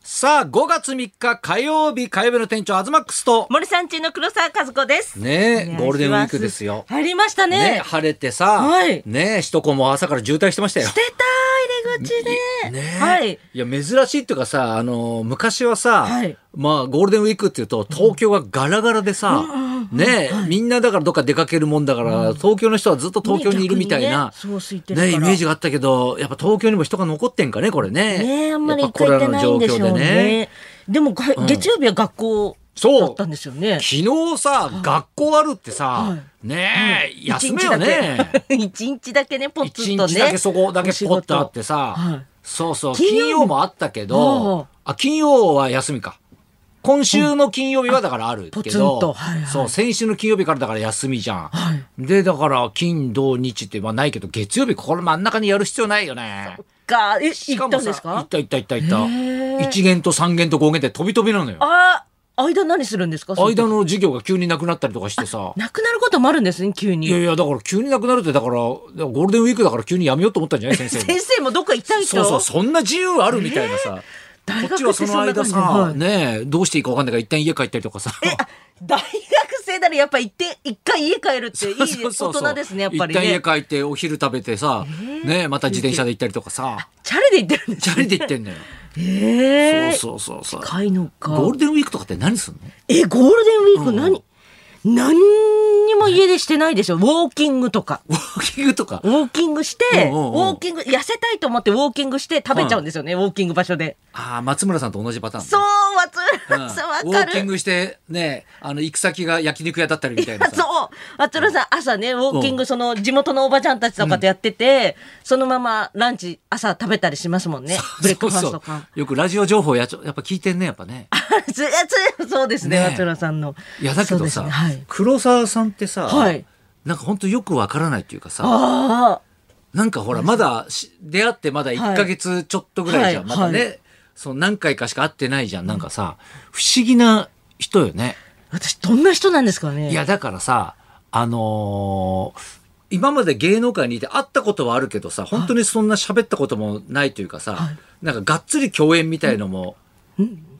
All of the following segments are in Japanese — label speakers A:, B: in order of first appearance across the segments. A: さあ、5月3日火曜日、火曜日の店長、アズマックスと。
B: 森さん中の黒沢和子です。
A: ねえ、
B: お願いします
A: ゴールデンウィークですよ。
B: ありましたね。
A: ねえ晴れてさ、
B: はい
A: ねえ、首都高も朝から渋滞してましたよ
B: 出。た入り口で。
A: ねえ
B: はい。
A: いや、珍しいっていうかさ、あの、昔はさ、
B: はい
A: まあ、ゴールデンウィークっていうと、東京がガラガラでさ、ねえ、みんなだからどっか出かけるもんだから、東京の人はずっと東京にいるみたいな
B: ね、逆にねそう空いてるから
A: ね、イメージがあったけど、やっぱ東京にも人が残ってんかね、これね。
B: ねえ、あんまり
A: や
B: 行
A: っぱコ
B: か
A: ロ
B: れ
A: ナ
B: て
A: の
B: な
A: 状況
B: いんでしょう
A: でね。
B: ね。でも、が月曜日は学校
A: そう
B: だったんですよね。
A: 昨日さ、学校あるってさ、ねえ、休めよね。
B: 一日だけ 一日だけね、ポツ
A: 一
B: ッとね。
A: 日だけそこだけ
B: お仕
A: ポッ
B: 事
A: とあってさ、
B: はい
A: そうそう金
B: 金
A: 曜
B: 曜日
A: もあったけ
B: お
A: ど
B: う
A: あ金曜は休みか今週の金曜日はだからある
B: ポ
A: け
B: ツンと
A: ど、
B: はいはい
A: そう先週の金曜日からだから休みじゃん、
B: はい
A: でだから金土日ってまあないけど月曜日これ真ん中にやる必要ないよね
B: が、え、
A: し
B: 行
A: か
B: った
A: も
B: ん
A: さ
B: です
A: 行っ
B: か
A: た行った行った行った
B: へえ
A: 一限と三限と五限って飛び飛びなのよ
B: あー、間何するんですかその時
A: 間の授業が急になくなったりとかしてさ
B: なくなることもあるんですね、急
A: いや
B: に。
A: いやだから急になくなるってだからゴールデンウィークだから急にやめようと思ったんじ ゃない先生も
B: 先生もどっか行ったいと。
A: そうそうそんな自由あるみたいなさ、
B: 大
A: こっ
B: 学
A: ちは
B: って
A: そ
B: そ
A: の
B: んな
A: 間
B: 感じ
A: さ、
B: はい
A: ねえどうしていいか分かんないから一旦家帰ったりとかさ
B: あ大学生ならやっぱ行って一回家帰るっていい
A: そうそうそう
B: 大人ですねやっぱり
A: 一
B: ね
A: 旦家帰ってお昼食べてさ、ねえまた自転車で行ったりとかさ
B: チャリで行ってるんです
A: チ
B: ね
A: ャリで行ってんのよ、
B: ええ
A: そうそうそうそう
B: 近いのか
A: ゴールデンウィークとかって何すんの
B: えゴールデンウィーク何、何にも家でしてないでしょウォーキングとか
A: ウォーキングとか
B: ウォーキングして、
A: うんうんうん
B: ウォーキング痩せたいと思ってウォーキングして食べちゃうんですよね、ウォーキング場所で
A: ああ松村さんと同じパターンね
B: そう松
A: うん
B: 村さんわ、
A: ウォ
B: か
A: ーキン
B: る
A: グしてねあの行く先が焼肉屋だったりみたいなさ
B: そう松村さん朝ねウォーキングその地元のおばちゃんたちとかとやってて、そのままランチ朝食べたりしますもんねブレックファーストと か
A: そうそうよくラジオ情報やちょやっぱ聞いてんねやっぱね
B: つやつそうですね
A: ねえ
B: 松浦さんの
A: いやだけ
B: そう
A: ど
B: です
A: さ、
B: ねはい、
A: 黒沢さんってさ、
B: はい
A: なんか本当よくわからないっていうかさ
B: ああ
A: なんかほらまだし出会ってまだ1ヶ月ちょっとぐらいじゃん、
B: はい
A: まだね、
B: は
A: その何回かしか会ってないじゃんなんかさ不思議な人よね。
B: 私どんな人なんですかね
A: いやだからさあのー今まで芸能界にいて会ったことはあるけどさ本当にそんな喋ったこともないというかさ、
B: はい
A: なんかがっつり共演みたいのも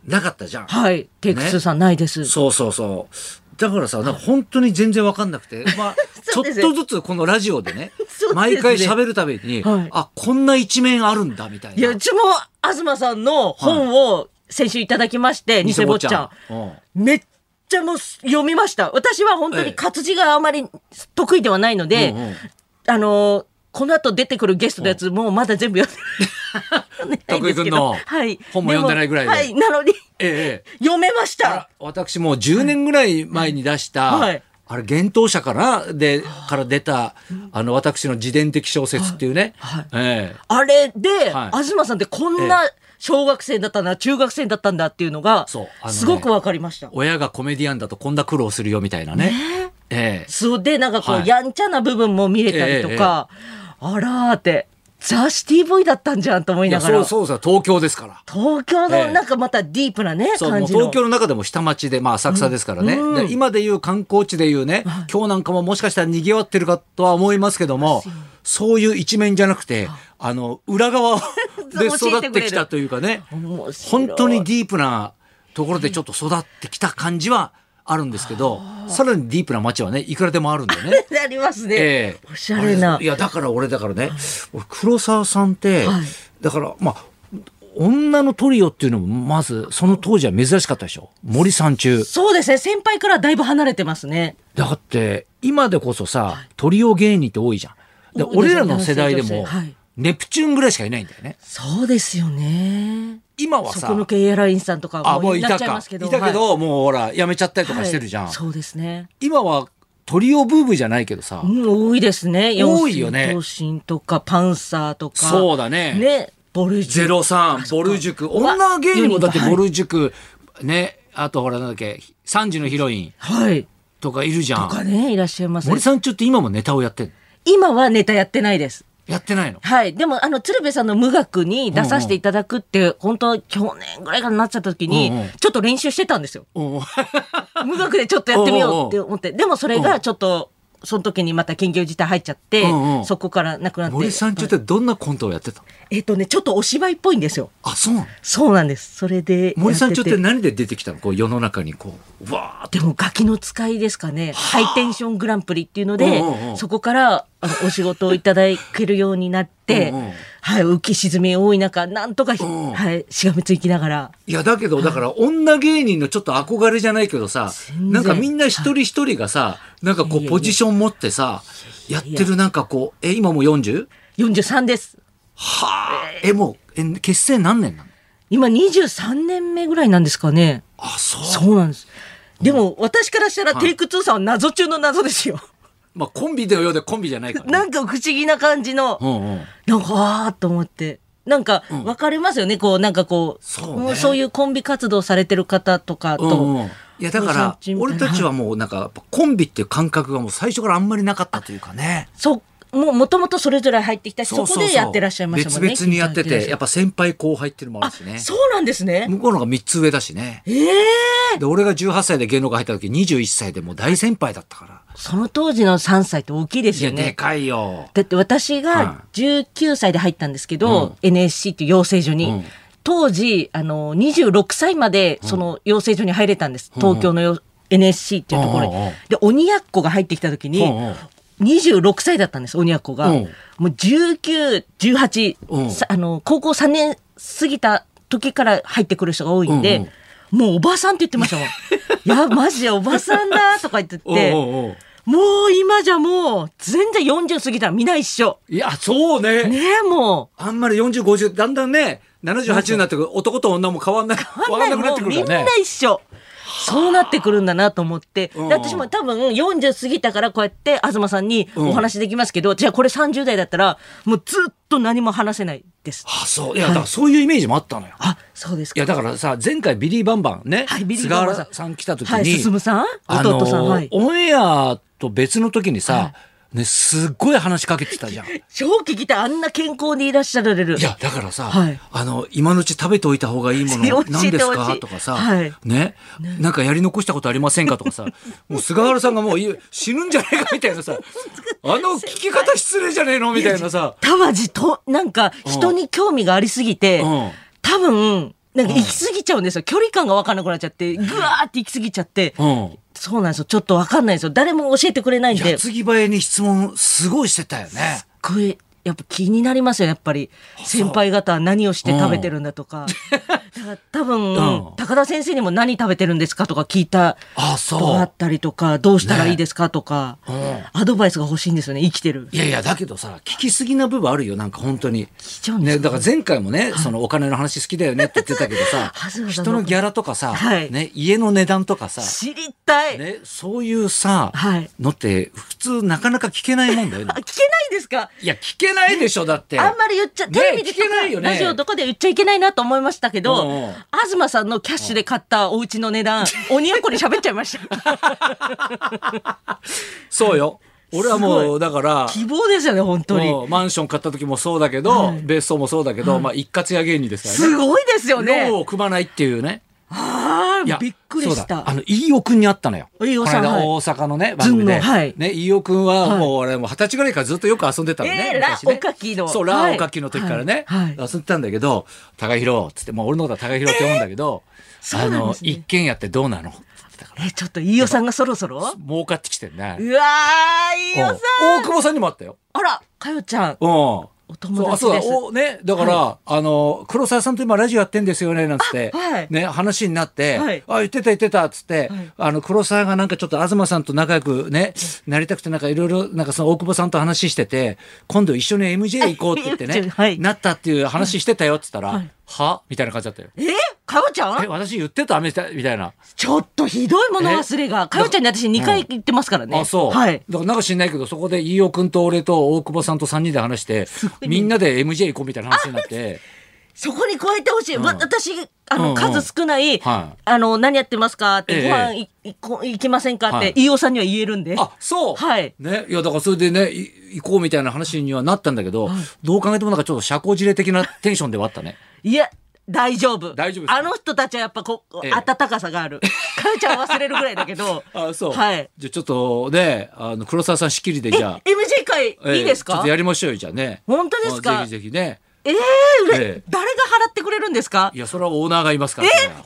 A: なかったじゃん。
B: はいテイクスさんないです、
A: そうそうそう。だからさ、なんか本当に全然わかんなく て、まあ、ちょ
B: そ
A: っ
B: うです
A: とずつこのラジオでね、
B: そうですね
A: 毎回喋るたびに、
B: はい
A: あ、こんな一面あるんだ、みたいな。
B: いやうちも東さんの本を先週いただきまして、ニセぼっちゃん
A: ん。うん
B: めっちゃもう読みました私は本当
A: ええ
B: に活字があまり得意ではないので、
A: うんうん
B: あのーこの後出てくるゲストのやつもうまだ全部読んでないんです
A: 徳井君
B: けど
A: の
B: はい、
A: 本も読んでないぐらいで
B: もはい、なのに
A: ええええ。
B: 読めまし
A: あ
B: た
A: ら私もう10年ぐらい前に出した、
B: はい
A: あれ、幻冬者から、で、から出た、あの、私の自伝的小説っていうね。
B: はい
A: ええ
B: あれで、
A: はい
B: 東さんってこんな小学生だったな、中学生だったんだっていうのが、
A: そうあのね
B: すごくわかりました。
A: 親がコメディアンだとこんな苦労するよ、みたいなね。ええ
B: そうで、なんかこう、
A: はい
B: やんちゃな部分も見れたりとか、あらーって、ザ・シティボーイだったんじゃんと思い
A: いや、
B: なが
A: そう
B: ら、
A: そうさ、東京ですから。
B: 東京
A: ええ
B: のなんかまたディープなね、
A: そうも
B: 感
A: う
B: じの。
A: 東京の中でも下町で、まあ、浅草ですからね、
B: うん
A: で今でいう観光地でいうね、今日なんかももしかしたら賑わってるかとは思いますけどもそういう一面じゃなくてあの裏側をで
B: そう教え
A: 育
B: て
A: っ
B: く
A: て
B: れる
A: きたというかね
B: 面白い
A: 本当にディープなところでちょっと育ってきた感じはあるんですけどさらにディープな街はねいくらでもあるんでね。
B: ありますね。
A: ええ
B: おしゃれな
A: あいやだから俺だからね俺黒沢さんって、
B: はい
A: だからまあ女のトリオっていうのもまずその当時は珍しかったでしょ森三中
B: そうですね、先輩からだいぶ離れてますね。
A: だって今でこそさトリオ芸人って多いじゃんで
B: 多いで
A: 俺
B: すね
A: らの世代でも、
B: 男性女性はい
A: ネプチューンぐらいしかいないんだよね
B: そうですよね。
A: 今は
B: そ
A: さ
B: この経営ラインさんとか
A: あもうい
B: な
A: た
B: っちゃい
A: か
B: ますけど。
A: いたけど、
B: はい
A: もうほらやめちゃったりとかしてるじゃん、
B: はいそうですね。
A: 今はトリオブームじゃないけどさ、
B: うん、多いですね。
A: 多いよね
B: 四千頭身とか、パンサーとか。
A: そうだね
B: ね、ボルジュ。
A: ゼロ三ボル塾女芸人もだってボル塾ねあとほらなんだっけ3時のヒロイン
B: はい。
A: とかいるじゃ
B: とか
A: ん
B: ね、いらっしゃいますね
A: 森。さん中って今もネタをやってんの
B: 今はネタやってないです。
A: やってないの
B: はい。でも、あの、鶴瓶さんの無学に出させていただくって、本当去年ぐらいからなっちゃった時に、
A: うんうん
B: ちょっと練習してたんですよ。
A: おう
B: 無学でちょっとやってみようって思って。でも、それがちょっと、その時にまた緊急事態入っちゃって、
A: うんうん
B: そこからなくなっ て。
A: 森さん中ってどんなコントをやってたの
B: えっ、とね、ちょっとお芝居っぽいんですよ。
A: あ、そうなの
B: そうなんです。それでやってて。
A: 森さん中って何で出てきたのこう世の中にこう、うわーって。
B: でもガキの使いですかね、ハイテンショングランプリっていうので、
A: うんうんうん
B: そこからあのお仕事をいただけるようになって、
A: うんうん
B: はい、浮き沈み多い中、なんとかひ、
A: うん
B: はい、しがみついきながら、
A: いや、だけど、だから女芸人のちょっと憧れじゃないけどさ、
B: 然
A: なんかみんな一人一人がさ、なんかこ
B: いやいうや
A: ポジション持ってさ、やっ
B: や
A: てるなんかこう、え、今もう 40?
B: 43です。
A: はあ。え、もう、え結成何年なの
B: 今23年目ぐらいなんですかね。
A: あ、そう。
B: そうなんです。でも、私からしたら、
A: はい
B: テイク2さんは謎中の謎ですよ。
A: まあコンビのようでコンビじゃないから、ね。
B: なんか不思議な感じの、
A: うんうん。
B: なんか、あーっと思って。なんか、
A: ん
B: 分かれますよね、こう、なんかこう、
A: そうね
B: もそういうコンビ活動されてる方とかと、
A: うんうんいやだか
B: 森さん
A: ら
B: ちみたい
A: 俺
B: な
A: たちはもうなんかやっぱコンビっていう感覚がもう最初からあんまりなかったというかね。
B: そう、もうもともとそれぞれ入ってきたし、そこでやってらっしゃいましたもんね。
A: 別々にやっててやっ
B: ぱ。
A: ぱ先輩後輩っていうのもあ
B: あ、
A: るしね
B: そうなんですね。
A: 向こうの方が3つ上だしね
B: ええ
A: で俺が18歳で芸能界入った時21歳でもう大先輩だったから
B: その当時の3歳って大きいで
A: い
B: す
A: や
B: よ
A: で
B: ね。
A: かいよ
B: だって私
A: は
B: が19歳で入ったんですけど、
A: うん
B: NSC っていう養成所に。
A: うん
B: 当時、あの、26歳まで、その養成所に入れたんです。東京のよ NSC っていうところに
A: うんうんうん。
B: で、鬼奴が入ってきた時に、
A: うんうん
B: 26歳だったんです、鬼奴が。
A: うん
B: もう19、18、
A: うん
B: さあの、高校3年過ぎた時から入ってくる人が多いんで、
A: うんうん
B: もうおばさんって言ってまし たもん。いや、マジでおばさんだとか言って
A: おう
B: て、
A: おうおう
B: もう今じゃもう、全然40過ぎたら皆一緒。
A: いやそうね
B: ねえ、も
A: あんまり4050だんだんね7080になってくる男と女も変わんなく
B: う。
A: わかんなくなってく
B: もうみ
A: る
B: ん
A: から
B: な
A: ね
B: 一緒。そうなってくるんだなと思って。で
A: うんうん
B: 私も多分40過ぎたからこうやって東さんに
A: うん
B: お話できますけど、じゃあこれ30代だったら、もうずっと何も話せないです。
A: あそういやだからそういうイメージもあったのよ
B: あ、そうです
A: い
B: か。
A: やだからさ前回ビリー・バンバンね、
B: はいビリー
A: 菅
B: バンバンさん
A: 原さん来た時に、
B: はい、進さん
A: あの
B: 弟さん、はい。
A: オンエアと別の時にさ、
B: は
A: ね、すっごい話しかけてたじゃん。い
B: 超聞きたいあんな健康でいらっしゃられる。
A: や、だからさ、
B: はい
A: あの、今のうち食べておいた方がいいも
B: 教
A: の
B: えて
A: 何です
B: ほ
A: か
B: しい
A: とかさ、
B: はい
A: ね、なんかやり残したことありませんかとか さ、もう菅原さんがもうい死ぬんじゃないかみたいなさ、 あの聞き方失礼じゃねえのみたいなさ、
B: たまじと、なんか人に興味がありすぎて、
A: うん
B: 多分、なんか行き過ぎちゃうんですよ。距離感が分かんなくなっちゃって、ぐわーって行き過ぎちゃって、
A: うん。
B: そうなんですよ。ちょっと分かんないですよ。誰も教えてくれないんで、
A: 矢
B: す
A: 継ぎ早に質問すごいしてたよね。
B: っごい、やっぱ気になりますよ、やっぱり。先輩方は何をして食べてるんだとか。だから多分、
A: うん
B: 高田先生にも何食べてるんですかとか聞いた
A: あ、
B: ことが
A: そ
B: あったりとか、どうしたらいいですかとか、
A: うん
B: アドバイスが欲しいんですよね、生きてる
A: う。。いやいや、だけどさ、聞きすぎな部分あるよ、なんか本当に。
B: 聞いちゃうんで
A: ね、
B: すよ
A: だから前回もね、そのお金の話好きだよねって言ってたけどさ
B: わざ、わざ
A: 人のギャラとかさ、
B: はい
A: ね、家の値段とかさ、
B: 知りたい、
A: ね、そういうさ、
B: はい
A: のって普通なかなか聞けないもんだよね
B: あ。聞けないですか
A: いや、聞けないでしょ、だって。
B: あんまり言っちゃ、
A: ね
B: テレビで
A: 聞けないよね
B: ラジオとかで言っちゃいけないなと思いましたけど、
A: うんうん
B: 東さんのキャッシュで買った お家の値段、鬼奴に喋っちゃいま した。
A: そうよ。俺は
B: す
A: も
B: ご
A: う、だから、
B: 希望ですよね、本当に。
A: もうマンション買った時もそうだけど、別荘もそうだけど、まあ一括屋芸人ですから
B: す
A: ね。
B: ごいですよね
A: ロー。を組まないっていうね。
B: ああ、びっくり
A: そ
B: し
A: うだ
B: た。
A: あの、飯尾くんに会ったのよ。
B: 飯尾さん
A: この間
B: はい
A: 大阪のね、番組
B: ず
A: で。
B: んのはい
A: ね、飯尾くんはもう俺も二十歳ぐらいからずっとよく遊んでたのね。
B: えーラ
A: 昔ね
B: おかきの
A: そう、
B: は
A: ラ
B: い
A: オカキの時からね、
B: はい
A: 遊んでたんだけど、高弘、つって、もう俺のことは高弘って呼ぶんだけど、
B: ーそう
A: あ
B: なん
A: の
B: で、すね
A: 一軒家ってどうなのつってたから
B: え、ちょっと飯尾さんがそろそろ
A: 儲かってきてんね。
B: うわー、飯尾
A: う
B: さん
A: ん大久保さんにもあったよ。
B: あら、かよちゃん。
A: うん。
B: お友達
A: そう
B: で
A: あ
B: す
A: そうだおね、だから、あの、黒沢さんと今ラジオやってんですよね、なんつって、
B: あはい
A: ね、話になって、
B: はい
A: あ、言ってた言ってた、っつって、
B: はい
A: あの、黒沢がなんかちょっと東さんと仲良くね、なりたくてなんかいろいろ、なんかその大久保さんと話してて、今度一緒に MJ 行こうって言っ てね、
B: はい
A: なったっていう話してたよ、っつったら、は
B: はい
A: みたいな感じだったよ。
B: えかよちゃ
A: え、
B: ん
A: 私言ってたみたいみたいな。
B: ちょっとひどいもの忘れが。かよちゃんに私2回言ってますからね。
A: あ、そう。
B: はい。
A: だからなんか知んないけど、そこで飯尾くんと俺と大久保さんと3人で話して、みんなで MJ 行こうみたいな話になって、
B: そこに加えてほしい。わ私、あ
A: うんう
B: の、
A: ん
B: 数少ない、
A: は
B: あ
A: い
B: の、何やってますかって、
A: ええ
B: ご飯いいこ行きませんかっ
A: はい
B: て、飯尾さんには言えるんで。
A: あ、そう。
B: はい
A: ね。いや、だからそれでね、い行こうみたいな話にはなったんだけど、どう考えてもなんかちょっと社交辞令的なテンションではあったね。
B: いや、大丈夫。
A: 大丈夫ですか
B: あの人たちはやっぱこう、
A: ええ。
B: 温かさがある。かよちゃん忘れるぐらいだけど
A: あそう。
B: はい。
A: じゃあちょっとね、あの、黒沢さん仕切りでじゃ
B: MJ 会
A: あ、ええ
B: いいです
A: ちょっ
B: か
A: とやりましょうよ、じゃあね。
B: 本当ですか
A: あぜひぜひね。
B: ええうれ
A: ええ
B: 誰が払ってくれるんですか
A: いや、それはオーナーがいますか
B: え
A: ら。
B: オーナー払っ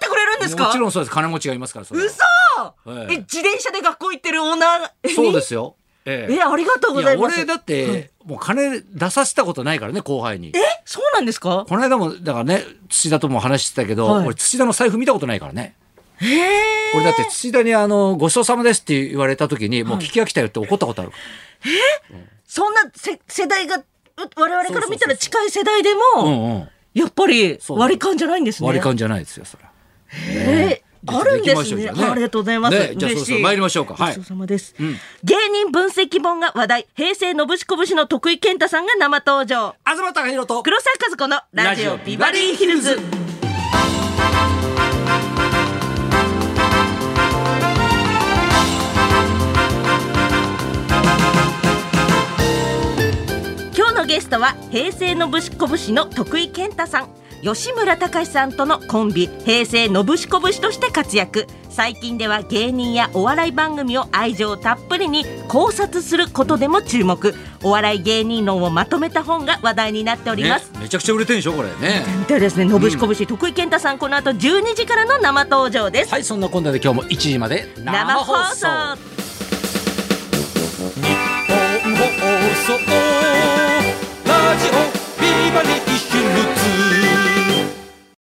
B: てくれるんですか
A: もちろんそうです。金持ちがいますから、それは
B: 嘘
A: ええ
B: え、自転車で学校行ってるオーナーに。
A: そうですよ。ええ
B: え、ありがとうご
A: い
B: ざい
A: や、
B: ます。
A: 俺だって、もう金出させたことないからね、後輩に。
B: え、そうなんですか
A: この間も、だからね、土田とも話してたけど、
B: はい
A: 俺土田の財布見たことないからね。
B: へえ。
A: 俺だって土田にあの、ごちそうさまですって言われた時に、もう聞き飽きたよって怒ったことある。
B: そんなせ世代が、う我々から見たら
A: そう
B: 近い世代で
A: う
B: も、
A: んうん。
B: やっぱり
A: そう
B: 割り勘じゃないんですね。
A: 割り勘じゃないですよ、それは。
B: えー、あるんで
A: じゃあ行き
B: すね。
A: ましょうじゃあね
B: ありがとうございます。
A: ねじゃあ
B: 嬉しい
A: そろそろ参りましょうかはい
B: ごちそうさまです。
A: ん
B: 芸人分析本が話題、平成のぶしこぶしの徳井健太さんが生登場。
A: 東貴博と。
B: 黒沢和子のラジオビバリーヒルズ。今日のゲストは平成のぶしこぶしの徳井健太さん吉村隆さんとのコンビ平成のぶしこぶしとして活躍最近では芸人やお笑い番組を愛情たっぷりに考察することでも注目お笑い芸人論をまとめた本が話題になっておりま
A: ね
B: す、、
A: めちゃくちゃ売れてんでしょ、これね。
B: みたいですねのぶしこぶし、徳井健太さんこの後12時からの生登場です、
A: はい、そんなこんなで今日も1時まで
B: 生放送
A: 放送